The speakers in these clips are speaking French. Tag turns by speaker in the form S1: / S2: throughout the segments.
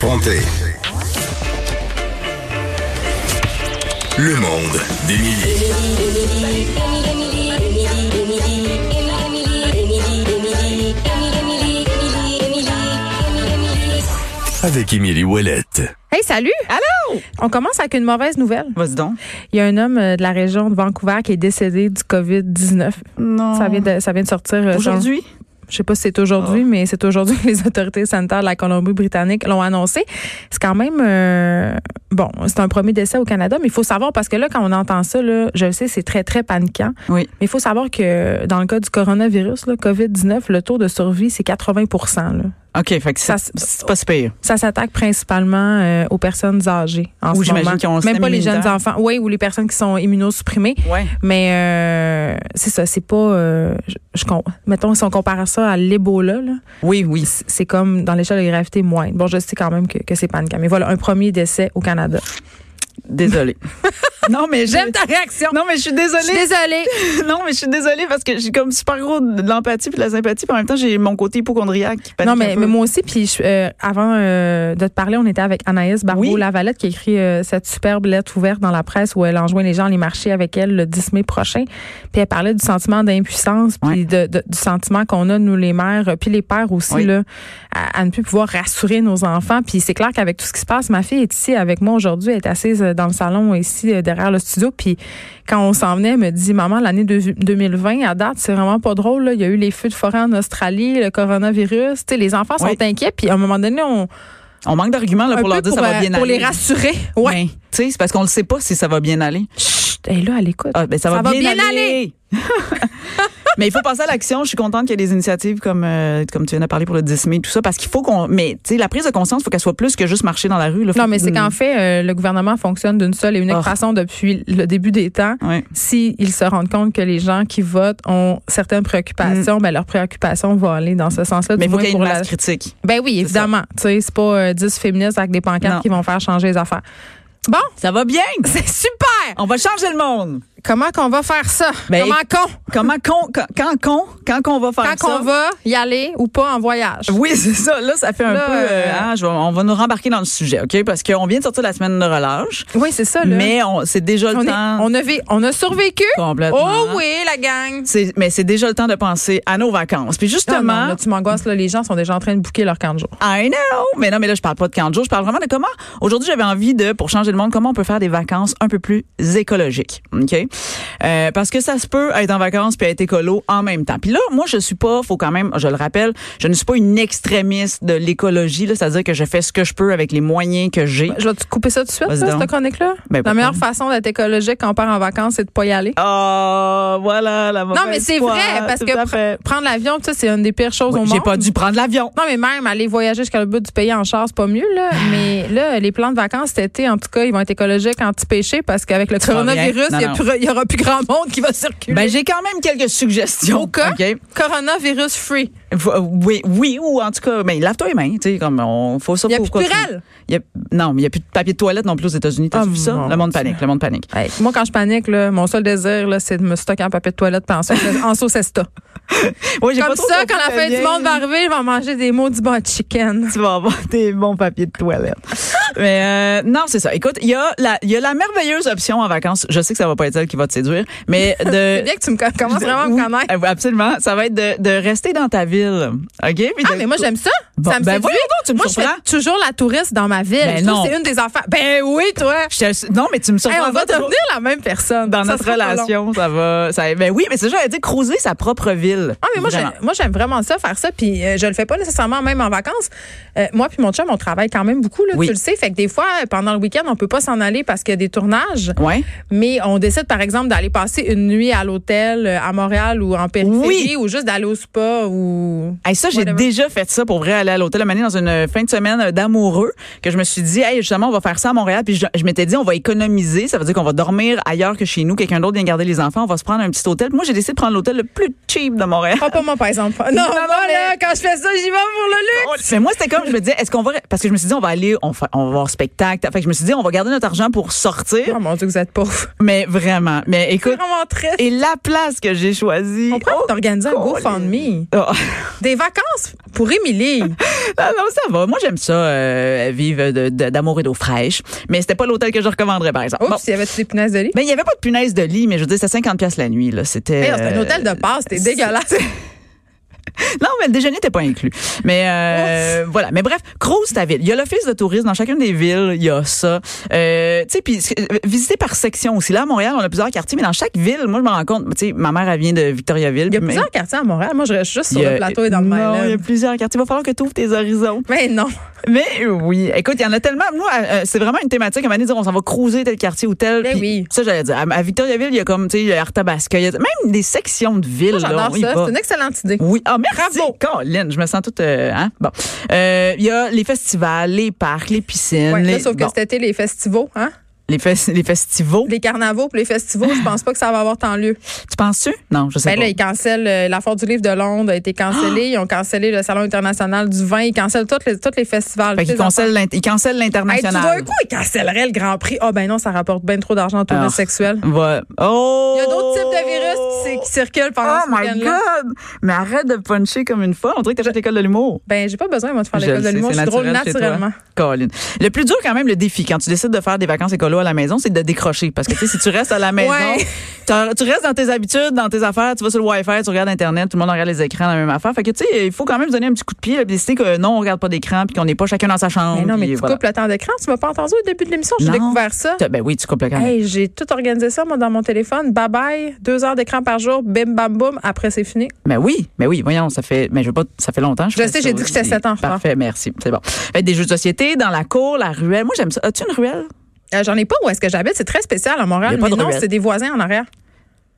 S1: Franche-Comté. Le monde d'Émilie. Avec Émilie Ouellette.
S2: Hey, salut! Allô! On commence avec une mauvaise nouvelle.
S3: Vas-y donc.
S2: Il y a un homme euh, de la région de Vancouver qui est décédé du COVID-19.
S3: Non.
S2: Ça vient de, ça vient de sortir euh, sur-
S3: Oh. Aujourd'hui? Oh.
S2: Je sais pas si c'est aujourd'hui, mais c'est aujourd'hui que les autorités sanitaires de la Colombie-Britannique l'ont annoncé. C'est quand même euh, bon, c'est un premier décès au Canada, mais il faut savoir parce que là, quand on entend ça, là, je le sais, c'est très très paniquant.
S3: Oui.
S2: Mais il faut savoir que dans le cas du coronavirus, le COVID-19, le taux de survie c'est 80 là.
S3: OK, fait que
S2: Ça
S3: c'est
S2: s-
S3: c'est pas si pire.
S2: Ça s'attaque principalement euh, aux personnes âgées en
S3: Ou
S2: ce
S3: j'imagine
S2: moment.
S3: qu'ils ont
S2: Même
S3: le système
S2: pas les jeunes
S3: immunitaire.
S2: enfants, oui, ou les personnes qui sont immunosupprimées.
S3: Ouais.
S2: Mais euh, c'est ça, c'est pas. euh, je, je com- mettons, si on compare ça à l'Ebola, là,
S3: Oui, oui.
S2: c- c'est comme dans l'échelle de gravité moindre. Bon, je sais quand même que, que c'est panicant. Mais voilà, un premier décès au Canada.
S3: Désolée. non, mais je-
S2: J'aime ta réaction.
S3: Non, mais je suis
S2: Je suis
S3: désolée.
S2: désolée.
S3: non, mais je suis désolée parce que j'ai comme super gros de l'empathie puis de la sympathie. Puis en même temps, j'ai mon côté hypochondriaque. qui panique
S2: Non,
S3: un
S2: mais,
S3: peu.
S2: mais moi aussi, puis je- euh, avant euh, de te parler, on était avec Anaïs
S3: Oui.
S2: Barbeau-Lavalette qui écrit euh, cette superbe lettre ouverte dans la presse où elle enjoint les gens à aller marcher avec elle le 10 mai prochain. Puis elle parlait du sentiment d'impuissance, puis de- de- du sentiment qu'on a, nous, les mères, euh, puis les pères aussi,
S3: Oui.
S2: là, à, à ne plus pouvoir rassurer nos enfants. Puis c'est clair qu'avec tout ce qui se passe, ma fille est ici avec moi aujourd'hui, elle est assise euh, dans le salon ici, euh, derrière le studio, puis quand on s'en venait, elle me dit Maman, l'année de- 2020, à date, c'est vraiment pas drôle. là. Il y a eu les feux de forêt en Australie, le coronavirus. Tu sais, les enfants sont
S3: Oui.
S2: inquiets, puis à un moment donné, on.
S3: On manque d'arguments là,
S2: un
S3: pour
S2: peu
S3: leur dire ça va
S2: euh,
S3: bien
S2: pour
S3: aller.
S2: les rassurer. Ouais.
S3: Mais, tu sais, c'est parce qu'on le sait pas si ça va bien aller.
S2: Chut, elle est là, elle écoute.
S3: Ah, ben, ça, va, bien, aller. mais il faut passer à l'action. Je suis contente qu'il y ait des initiatives comme, euh, comme tu viens de parler pour le 10 mai, tout ça, parce qu'il faut qu'on. Mais, tu sais, la prise de conscience, il faut qu'elle soit plus que juste marcher dans la rue. là. Faut-
S2: Non, mais c'est qu'en fait, euh, le gouvernement fonctionne d'une seule et unique
S3: Oh.
S2: façon depuis le début des temps.
S3: Ouais.
S2: S'ils se rendent compte que les gens qui votent ont certaines préoccupations, ben leurs préoccupations vont aller dans ce sens-là.
S3: Hmm. Mais
S2: du
S3: il faut
S2: moins
S3: qu'il y ait une
S2: pour la-
S3: masse critique.
S2: Ben oui,
S3: C'est ça.
S2: évidemment. Tu sais, c'est pas euh, 10 féministes avec des pancartes
S3: Non.
S2: qui vont faire changer les affaires. Bon,
S3: Ça va bien!
S2: c'est super!
S3: On va changer le monde!
S2: Comment qu'on va faire ça?
S3: Ben,
S2: Comment qu'on?
S3: Comment qu'on, quand, quand qu'on, quand qu'on va faire
S2: Quand
S3: ça?
S2: qu'on va y aller ou pas en voyage?
S3: Oui, c'est ça. Là, ça fait un
S2: Là,
S3: peu. euh,
S2: euh,
S3: hein, je vais- on va nous rembarquer dans le sujet, OK? Parce qu'on vient de sortir la semaine de relâche,
S2: Oui, c'est ça, là.
S3: mais on, c'est déjà le
S2: on, est-
S3: temps.
S2: on a vi- on a survécu.
S3: Complètement.
S2: Oh oui, la gang!
S3: C'est- mais c'est déjà le temps de penser à nos vacances. Puis
S2: Ah
S3: justement,
S2: non, là, tu m'angoisses, là. Les gens sont déjà en train de bouquer leur camp de jour.
S3: I know. Mais non, mais là, je parle pas de camp de jour. Je parle vraiment de comment. Aujourd'hui, j'avais envie de, pour changer le monde, comment on peut faire des vacances un peu plus écologiques. OK? Euh, parce que ça se peut être en vacances puis être écolo en même temps. Puis là, moi, je suis pas, faut quand même, je le rappelle, je ne suis pas une extrémiste de l'écologie, là. C'est-à-dire que je fais ce que je peux avec les moyens que j'ai.
S2: Je vais te couper ça tout de suite,
S3: Vas-y
S2: là,
S3: donc.
S2: cette chronique-là?
S3: Ben,
S2: la
S3: pourquoi?
S2: meilleure façon d'être écologique quand on part en vacances, c'est de pas y aller.
S3: Ah, voilà, la
S2: non, mais c'est vrai, parce que pre- prendre l'avion, tu sais, c'est une des pires choses au monde.
S3: j'ai pas dû prendre l'avion.
S2: Non, mais même aller voyager jusqu'à le bout du pays en char, c'est pas mieux, là.
S3: Ah.
S2: Mais là, les plans de vacances cet été, en tout cas, ils vont être écologiques, anti-péché, parce qu'avec le
S3: feras
S2: coronavirus,
S3: rien. Non, non.
S2: il n'y aura plus grand monde qui va circuler.
S3: Ben, j'ai quand même quelques suggestions.
S2: Au cas.
S3: OK?
S2: coronavirus free.
S3: Vo- Oui, oui, ou en tout cas, ben, lave-toi les mains, tu sais, comme on faut ça
S2: Il n'y a
S3: pour
S2: plus de
S3: quoi-
S2: purel.
S3: Il y a- non, mais il n'y a plus de papier de toilette non plus aux États-Unis. T'as
S2: Oh,
S3: vu ça?
S2: mon
S3: Le monde
S2: Dieu.
S3: panique, le monde panique.
S2: Hey, moi, quand je panique, là, mon seul désir, là, c'est de me stocker en papier de toilette puis en sauce, en sauce esta.
S3: Oui, j'ai pas
S2: Comme
S3: trop
S2: ça,
S3: compris
S2: quand la
S3: le
S2: fin du
S3: lien.
S2: monde va arriver, je vais manger des mots du bon chicken.
S3: Tu vas avoir des bons papiers de toilette. mais euh, non, c'est ça. Écoute, il y, a la- il y a la merveilleuse option en vacances. Je sais que ça va pas être celle qui va te séduire, mais
S2: C'est
S3: de.
S2: bien que tu me con- commences vraiment à me
S3: Oui,
S2: connaître.
S3: euh, Absolument. Ça va être de, de rester dans ta ville. OK? Puis
S2: Ah,
S3: de-
S2: mais moi, j'aime ça.
S3: Euh, Bon,
S2: ça me
S3: ben
S2: séduit.
S3: voyons donc, tu me
S2: Moi, je fais
S3: surprends.
S2: toujours la touriste dans ma ville.
S3: Ben
S2: Je trouve
S3: non.
S2: que c'est une des affaires. Ben oui, toi.
S3: Je te- Non, mais tu me surprends.
S2: Hey, on va
S3: pas toujours.
S2: devenir la même personne.
S3: dans
S2: Ça
S3: notre
S2: sera pas long.
S3: relation, ça va. Ça, ben oui, mais c'est j'allais dire croiser sa propre ville.
S2: Ah, mais moi,
S3: Vraiment.
S2: j'aime- moi, j'aime vraiment ça, faire ça. Puis euh, je le fais pas nécessairement même en vacances. Euh, moi, puis mon chum, on travaille quand même beaucoup, là,
S3: Oui.
S2: tu le sais. Fait que des fois, euh, pendant le week-end, on peut pas s'en aller parce qu'il y a des tournages.
S3: Ouais.
S2: Mais on décide, par exemple, d'aller passer une nuit à l'hôtel euh, à Montréal ou en périphérie ou juste d'aller au spa ou.
S3: Hey, ça, j'ai
S2: Whatever.
S3: déjà fait ça pour vrai, aller à l'hôtel année dans une fin de semaine euh, d'amoureux, que je me suis dit, hey, justement, on va faire ça à Montréal. Puis je, je m'étais dit, on va économiser, ça veut dire qu'on va dormir ailleurs que chez nous, quelqu'un d'autre vient garder les enfants, on va se prendre un petit hôtel. Puis moi, j'ai décidé de prendre l'hôtel le plus cheap de Montréal.
S2: Ah, pas moi, par exemple. Non,
S3: Non, non,
S2: moi, là,
S3: mais- Oh.
S2: quand je fais ça, j'y vais pour le luxe.
S3: Mais moi, c'était comme, je me disais, est-ce qu'on va. Parce que je me suis dit, on va aller, on, fa- on avoir spectacle. Fait que je me suis dit, on va garder notre argent pour sortir.
S2: Oh mon Dieu, vous êtes pauvre.
S3: Mais vraiment, mais
S2: C'est
S3: écoute,
S2: vraiment triste.
S3: et oh, la place que j'ai choisie.
S2: On pourrait organiser un
S3: colline.
S2: GoFundMe.
S3: Oh.
S2: Des vacances pour Émilie.
S3: Ah non, ça va. Moi, j'aime ça, euh, vivre de- de- d'amour et d'eau fraîche. Mais c'était pas l'hôtel que je recommanderais, par exemple.
S2: Oups,
S3: Bon. Ben,
S2: il y avait des punaises de lit.
S3: Mais il n'y avait pas de punaise de lit, mais je veux dire, c'était 50$ piastres la nuit. là. C'était
S2: Hey, c'est un
S3: euh,
S2: hôtel de passe, t'es
S3: c'est-
S2: dégueulasse.
S3: euh, Non, mais le déjeuner n'était pas inclus. Mais euh, voilà. Mais bref, cruise ta ville. Il y a l'office de tourisme dans chacune des villes. Il y a ça. Euh, tu sais, puis euh, visiter par section aussi. Là, à Montréal, on a plusieurs quartiers, mais dans chaque ville, moi, je me rends compte. Tu sais, ma mère, elle vient de Victoriaville.
S2: Il y a
S3: puis même-
S2: plusieurs quartiers à Montréal. Moi, je reste juste sur
S3: il y a-
S2: le plateau et dans le
S3: Non, il y a
S2: Maryland.
S3: plusieurs quartiers. Il va falloir que tu ouvres tes horizons.
S2: Mais non.
S3: Mais euh, oui, écoute, il y en a tellement. Nous, euh, c'est vraiment une thématique. À un moment donné, dire on s'en va cruiser tel quartier ou tel.
S2: Ben
S3: Puis
S2: oui.
S3: Ça, j'allais dire. À, à Victoriaville, il y a comme, tu sais, il y a Arthabasca. Il y a même des sections de villes.
S2: Moi,
S3: là,
S2: j'adore
S3: on y
S2: ça.
S3: va.
S2: C'est une excellente idée.
S3: Oui. Ah, merci.
S2: Bravo.
S3: Colin, je me sens toute. euh, hein? Bon. Euh, Il y a les festivals, les parcs, les piscines.
S2: Ouais, là,
S3: les,
S2: sauf que
S3: bon,
S2: cet été, les festivals, hein?
S3: les, fes- les festivals.
S2: Les carnavaux pour les festivals, je pense pas que ça va avoir tant lieu.
S3: Tu penses-tu? Non, je sais
S2: Ben
S3: pas. Ah!
S2: là, ils cancellent euh, la Foire du Livre de Londres a été cancellée. ils ont cancellé le Salon international du vin. Ils cancellent tous les, tous les festivals.
S3: fait
S2: tous
S3: qu'ils
S2: les
S3: cancellent l'int- ils cancellent
S2: Hey, tout d'un
S3: l'international.
S2: coup, ils cancelleraient le Grand Prix. Ah ben non, ça rapporte bien trop d'argent au tourisme
S3: Alors.
S2: sexuel.
S3: Ouais. Oh!
S2: Il y a d'autres types de virus qui, qui circulent pendant
S3: Oh
S2: ce
S3: my
S2: week-end-là.
S3: God! Mais arrête de puncher comme une folle. On dirait que t'as fait l'école de l'humour.
S2: Ben, j'ai pas besoin, moi, de faire
S3: Je
S2: l'école de
S3: le sais,
S2: l'humour. Je
S3: c'est
S2: suis drôle
S3: naturel chez toi.
S2: naturellement.
S3: Colin. Le plus dur, quand même, le défi, quand tu décides de faire des vacances écolo à la maison, c'est de décrocher. Parce que, tu sais, si tu restes à la maison,
S2: Ouais.
S3: t'as- tu restes dans tes habitudes, dans tes affaires, tu vas sur le Wi-Fi, tu regardes Internet, tout le monde regarde les écrans, la même affaire. Fait que, tu sais, il faut quand même se donner un petit coup de pied, là, puis décider que non, on regarde pas d'écran, puis qu'on n'est pas chacun dans sa chambre.
S2: Mais Eh non, mais
S3: puis
S2: tu
S3: voilà.
S2: coupes le temps d'écran. Tu m'as pas entendu au début de l'émission. J'ai
S3: Non.
S2: découvert ça.
S3: T'as- Ben oui, tu coupes le quand même.
S2: Hey, j'ai tout organisé ça, moi, dans mon téléphone. Bye bye. Deux heures d'écran par jour. Bim, bam, boum. Après, c'est fini.
S3: Ben oui, ben oui, voyons, ça fait, mais je veux pas, ça fait longtemps.
S2: Je
S3: fais
S2: sais,
S3: ça
S2: j'ai dit que j'étais
S3: aussi.
S2: sept ans, je crois.
S3: Parfait, merci, c'est bon. Fait des jeux de société dans la cour, la ruelle. Moi, j'aime ça. As-tu une ruelle?
S2: Euh, J'en ai pas où est-ce que j'habite. C'est très spécial à Montréal.
S3: Y a pas
S2: Mais
S3: de
S2: non,
S3: ruelle.
S2: c'est des voisins en arrière.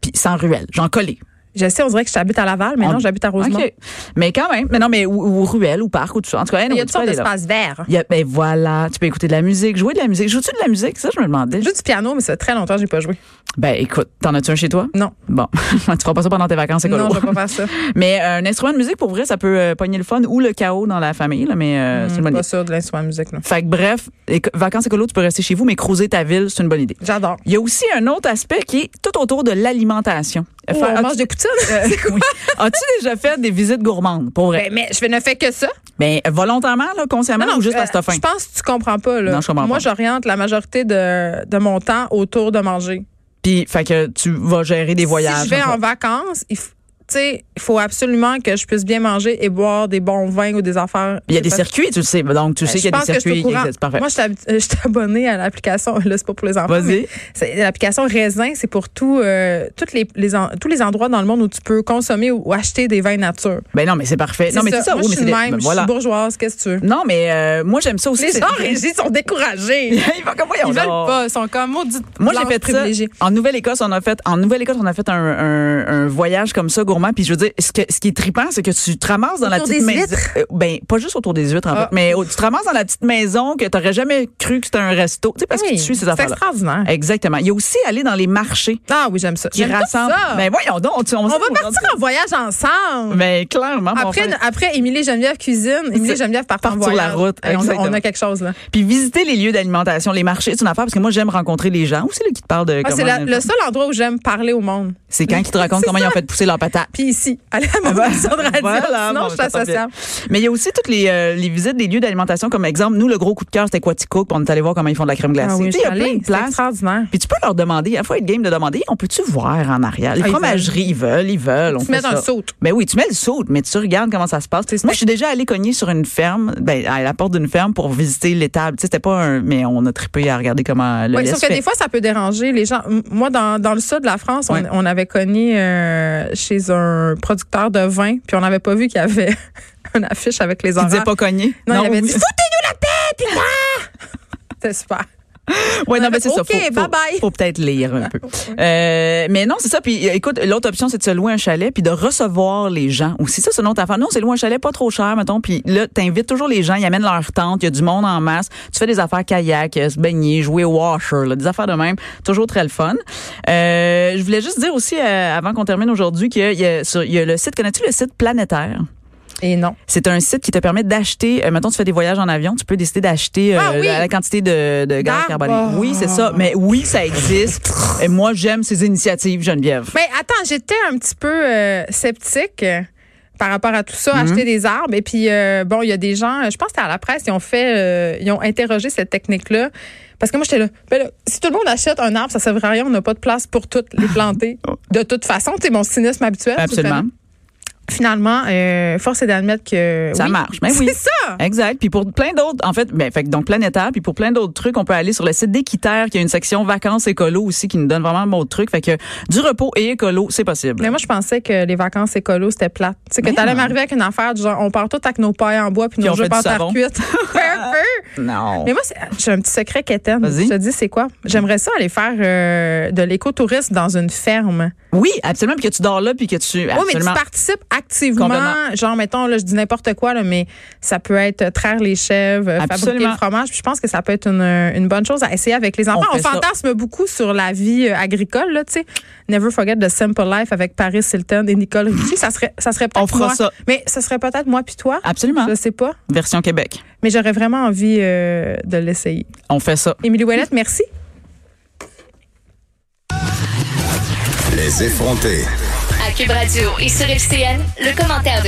S3: Puis sans ruelle, j'en collais.
S2: Je sais, on dirait que j'habite à Laval, mais
S3: On-
S2: non, j'habite à Rosemont.
S3: OK. Mais quand même. Mais non, mais ou, ou ruelle ou parc ou tout ça. En tout cas,
S2: Il y a
S3: tu
S2: toutes sortes d'espaces verts.
S3: Il y a, ben voilà, tu peux écouter de la musique, jouer de la musique. Joues-tu de la musique? Ça, je me demandais.
S2: Je joue du piano, mais ça fait très longtemps que j'ai pas joué.
S3: Ben écoute, t'en as-tu un chez toi?
S2: Non.
S3: Bon, tu feras pas ça pendant tes vacances écolo.
S2: Non, je vais pas faire ça.
S3: Mais euh, un instrument de musique, pour vrai, ça peut euh, pogner le fun ou le chaos dans la famille, là, mais euh, c'est une bonne
S2: Hmm, pas
S3: idée.
S2: sûr de l'instrument de musique, non.
S3: Fait que bref, éco- vacances écolo, tu peux rester chez vous, mais croiser ta ville, c'est une bonne idée.
S2: J'adore.
S3: Il y a aussi un autre aspect qui est tout autour de l'alimentation.
S2: Oh,
S3: Faire-
S2: on
S3: as-tu-
S2: mange des poutines.
S3: Euh, oui. As-tu déjà fait des visites gourmandes, pour vrai?
S2: Ben, mais je ne fais que ça.
S3: Ben, volontairement, là, consciemment ou juste
S2: euh,
S3: parce que t'as faim?
S2: Je pense que tu comprends pas. Là.
S3: Non, je comprends
S2: Moi,
S3: pas.
S2: j'oriente la majorité de, de mon temps autour de manger.
S3: Puis, fait que tu vas gérer des voyages.
S2: Si je vais
S3: en
S2: en vacances, il faut, tu sais, il faut absolument que je puisse bien manger et boire des bons vins ou des affaires.
S3: Il y a des
S2: Parce-
S3: circuits, tu le sais. Donc, tu
S2: Ben,
S3: sais
S2: je
S3: qu'il y a
S2: pense
S3: des
S2: que je suis
S3: circuits
S2: au
S3: qui
S2: courant.
S3: existent. Parfait.
S2: Moi, je suis hab- je suis abonnée à l'application. Là, c'est pas pour les enfants. mais
S3: Vas-y.
S2: C'est l'application Raisin, c'est pour tout, euh, toutes les, les en- tous les endroits dans le monde où tu peux consommer ou, ou acheter des vins nature.
S3: Ben non, mais c'est parfait. Non, mais c'est ça.
S2: Moi,
S3: oui,
S2: je
S3: mais
S2: suis
S3: c'est
S2: de même,
S3: des- ben,
S2: je
S3: voilà.
S2: suis bourgeoise, qu'est-ce que tu veux?
S3: Non, mais euh, moi, j'aime ça aussi.
S2: Les
S3: c'est-
S2: gens en régie sont découragés.
S3: Il va comme, voyons
S2: Ils veulent
S3: donc.
S2: pas, ils sont comme maudites.
S3: Moi, j'ai
S2: blanches
S3: fait ça.
S2: privilégiées.
S3: En Nouvelle-Écosse, on a fait, en Nouvelle-Écosse, on a fait un, un- un voyage comme ça, gourmand. Puis je veux dire, ce, que- ce qui est trippant, c'est que tu te ramasses dans la
S2: Autour des
S3: petite maison.
S2: huîtres?
S3: Euh, Ben, pas juste autour des huîtres, en
S2: Ah.
S3: fait. Mais au- tu te ramasses dans la petite maison que t'aurais jamais cru que c'était un resto. Tu sais, parce que
S2: Oui,
S3: tu suis ces
S2: c'est
S3: affaires-là.
S2: extraordinaire.
S3: Exactement. Il y a aussi aller dans les marchés
S2: Ah oui, j'aime ça.
S3: qui
S2: J'aime tout
S3: rassemblent.
S2: ça.
S3: Ben, voyons donc. tu-
S2: on
S3: s'en
S2: va
S3: fout,
S2: partir en voyage ensemble.
S3: Mais Ben, clairement, mon
S2: après,
S3: frère.
S2: après Émilie Geneviève cuisine, Émilie
S3: C'est-
S2: Geneviève part en
S3: part sur la
S2: voyage.
S3: route,
S2: Hey, on- on,
S3: exactement.
S2: a quelque chose là.
S3: Puis visiter les lieux d'alimentation, les marchés, c'est une affaire parce que moi j'aime rencontrer les gens aussi là, qui te parlent de
S2: Ah, c'est la-
S3: comment-
S2: le seul endroit où j'aime parler au monde.
S3: C'est quand ils te racontent comment ils ont fait pousser leurs patates.
S2: Puis ici, allez à mon
S3: Voilà,
S2: émission de radio, sinon
S3: bon,
S2: je suis
S3: ça tombe bien.
S2: associable.
S3: Mais il y a aussi toutes les, euh, les visites des lieux d'alimentation comme exemple, nous le gros coup de cœur c'était Quaticook, puis on est allé voir comment ils font de la crème glacée.
S2: Ah oui, je
S3: Tu sais, il
S2: suis
S3: y a plein
S2: allée,
S3: de
S2: c'est
S3: places.
S2: extraordinaire.
S3: Puis tu peux leur demander, il faut être game de demander, on peut-tu voir en arrière Les
S2: Ah, ils
S3: fromageries, ils veulent, ils veulent, on
S2: Tu
S3: fait
S2: mets dans
S3: ça.
S2: le saut.
S3: Ben oui, tu mets le saut, mais tu regardes comment ça se passe.
S2: C'est
S3: Moi, je suis déjà allée cogner sur une ferme, ben, à la porte d'une ferme pour visiter l'étable. Tu sais, c'était pas un, mais on a trippé à regarder comment le
S2: Oui,
S3: lait
S2: sauf
S3: se
S2: que
S3: fait.
S2: des fois, ça peut déranger les gens. M- Moi, dans, dans le sud de la France, on,
S3: Ouais.
S2: on avait connu euh, chez un producteur de vin, puis on n'avait pas vu qu'il y avait une affiche avec les
S3: Tu disais
S2: horaires.
S3: pas cogner.
S2: Non, il avait dit «
S3: oui.
S2: Foutez-nous la tête, putain! » C'était super.
S3: Ouais, non, mais c'est
S2: OK,
S3: ça.
S2: bye
S3: Faut,
S2: bye.
S3: faut, faut peut-être lire un peu. Euh, mais non, c'est ça. Puis euh, écoute, l'autre option, c'est de se louer un chalet puis de recevoir les gens aussi. Ça, c'est une autre affaire. Non, c'est louer un chalet pas trop cher, mettons. Puis là, t'invites toujours les gens. Ils amènent leur tente. Il y a du monde en masse. Tu fais des affaires kayak, euh, se baigner, jouer au washer, là, des affaires de même. Toujours très le fun. Euh, je voulais juste dire aussi, euh, avant qu'on termine aujourd'hui, qu'il y, a- il y a sur- il y a le site. Connais-tu le site Planétaire?
S2: Et non.
S3: C'est un site qui te permet d'acheter. euh, mettons, tu fais des voyages en avion, tu peux décider d'acheter euh,
S2: Ah oui!
S3: la, la quantité de, de gaz
S2: D'arbres.
S3: carbonique. Oui, c'est ça. Mais oui, ça existe. Et moi, j'aime ces initiatives, Geneviève.
S2: Mais attends, j'étais un petit peu euh, sceptique euh, par rapport à tout ça,
S3: Mhm.
S2: acheter des arbres. Et puis, euh, bon, il y a des gens, euh, je pense que c'était à la presse, ils ont fait, euh, ils ont interrogé cette technique-là. Parce que moi, j'étais là, ben là, si tout le monde achète un arbre, ça sert à rien, on n'a pas de place pour toutes les planter. de toute façon, c'est mon cynisme habituel. tu le
S3: Absolument.
S2: connais. Finalement, euh, force est d'admettre que.
S3: Ça
S2: oui.
S3: marche. Mais oui.
S2: C'est ça!
S3: Exact. Puis pour plein d'autres, en fait, ben, fait que donc planétaire, puis pour plein d'autres trucs, on peut aller sur le site d'Équiterre, qui a une section vacances écolo aussi, qui nous donne vraiment un bon truc. Fait que du repos et écolo, c'est possible.
S2: Mais moi, je pensais que les vacances écolo, c'était plate. Tu sais, que
S3: Mais
S2: t'allais
S3: non.
S2: m'arriver avec une affaire du genre, on part tout avec nos pailles en bois puis
S3: Puis
S2: nos
S3: on
S2: jeux
S3: fait du
S2: pantards
S3: savon.
S2: cuites. Un peu.
S3: non.
S2: Mais moi, c'est- j'ai un petit secret qu'Étienne.
S3: Vas-y.
S2: Je te dis, c'est quoi? J'aimerais ça aller faire euh, de l'écotourisme dans une ferme.
S3: Oui, absolument. Puis que tu dors là, puis que tu.
S2: Oui, mais tu
S3: absolument.
S2: participes activement.
S3: Complètement.
S2: Genre, mettons, là, je dis n'importe quoi, là, mais ça peut être euh, traire les chèvres, euh, fabriquer
S3: Absolument.
S2: le fromage. Puis je pense que ça peut être une, euh, une bonne chose à essayer avec les enfants. On,
S3: On fait ça.
S2: fantasme beaucoup sur la vie euh, agricole, là, tu sais. Never forget the simple life avec Paris Hilton et Nicole Richie. Ça serait, ça serait peut-être
S3: On fera
S2: moi.
S3: ça.
S2: Mais ça serait peut-être moi puis toi.
S3: Absolument.
S2: Je sais pas.
S3: Version Québec.
S2: Mais j'aurais vraiment envie euh, de l'essayer.
S3: On fait ça.
S2: Émilie Ouellette, merci.
S1: Les effronter.
S4: À Cube Radio et sur FCN, le commentaire de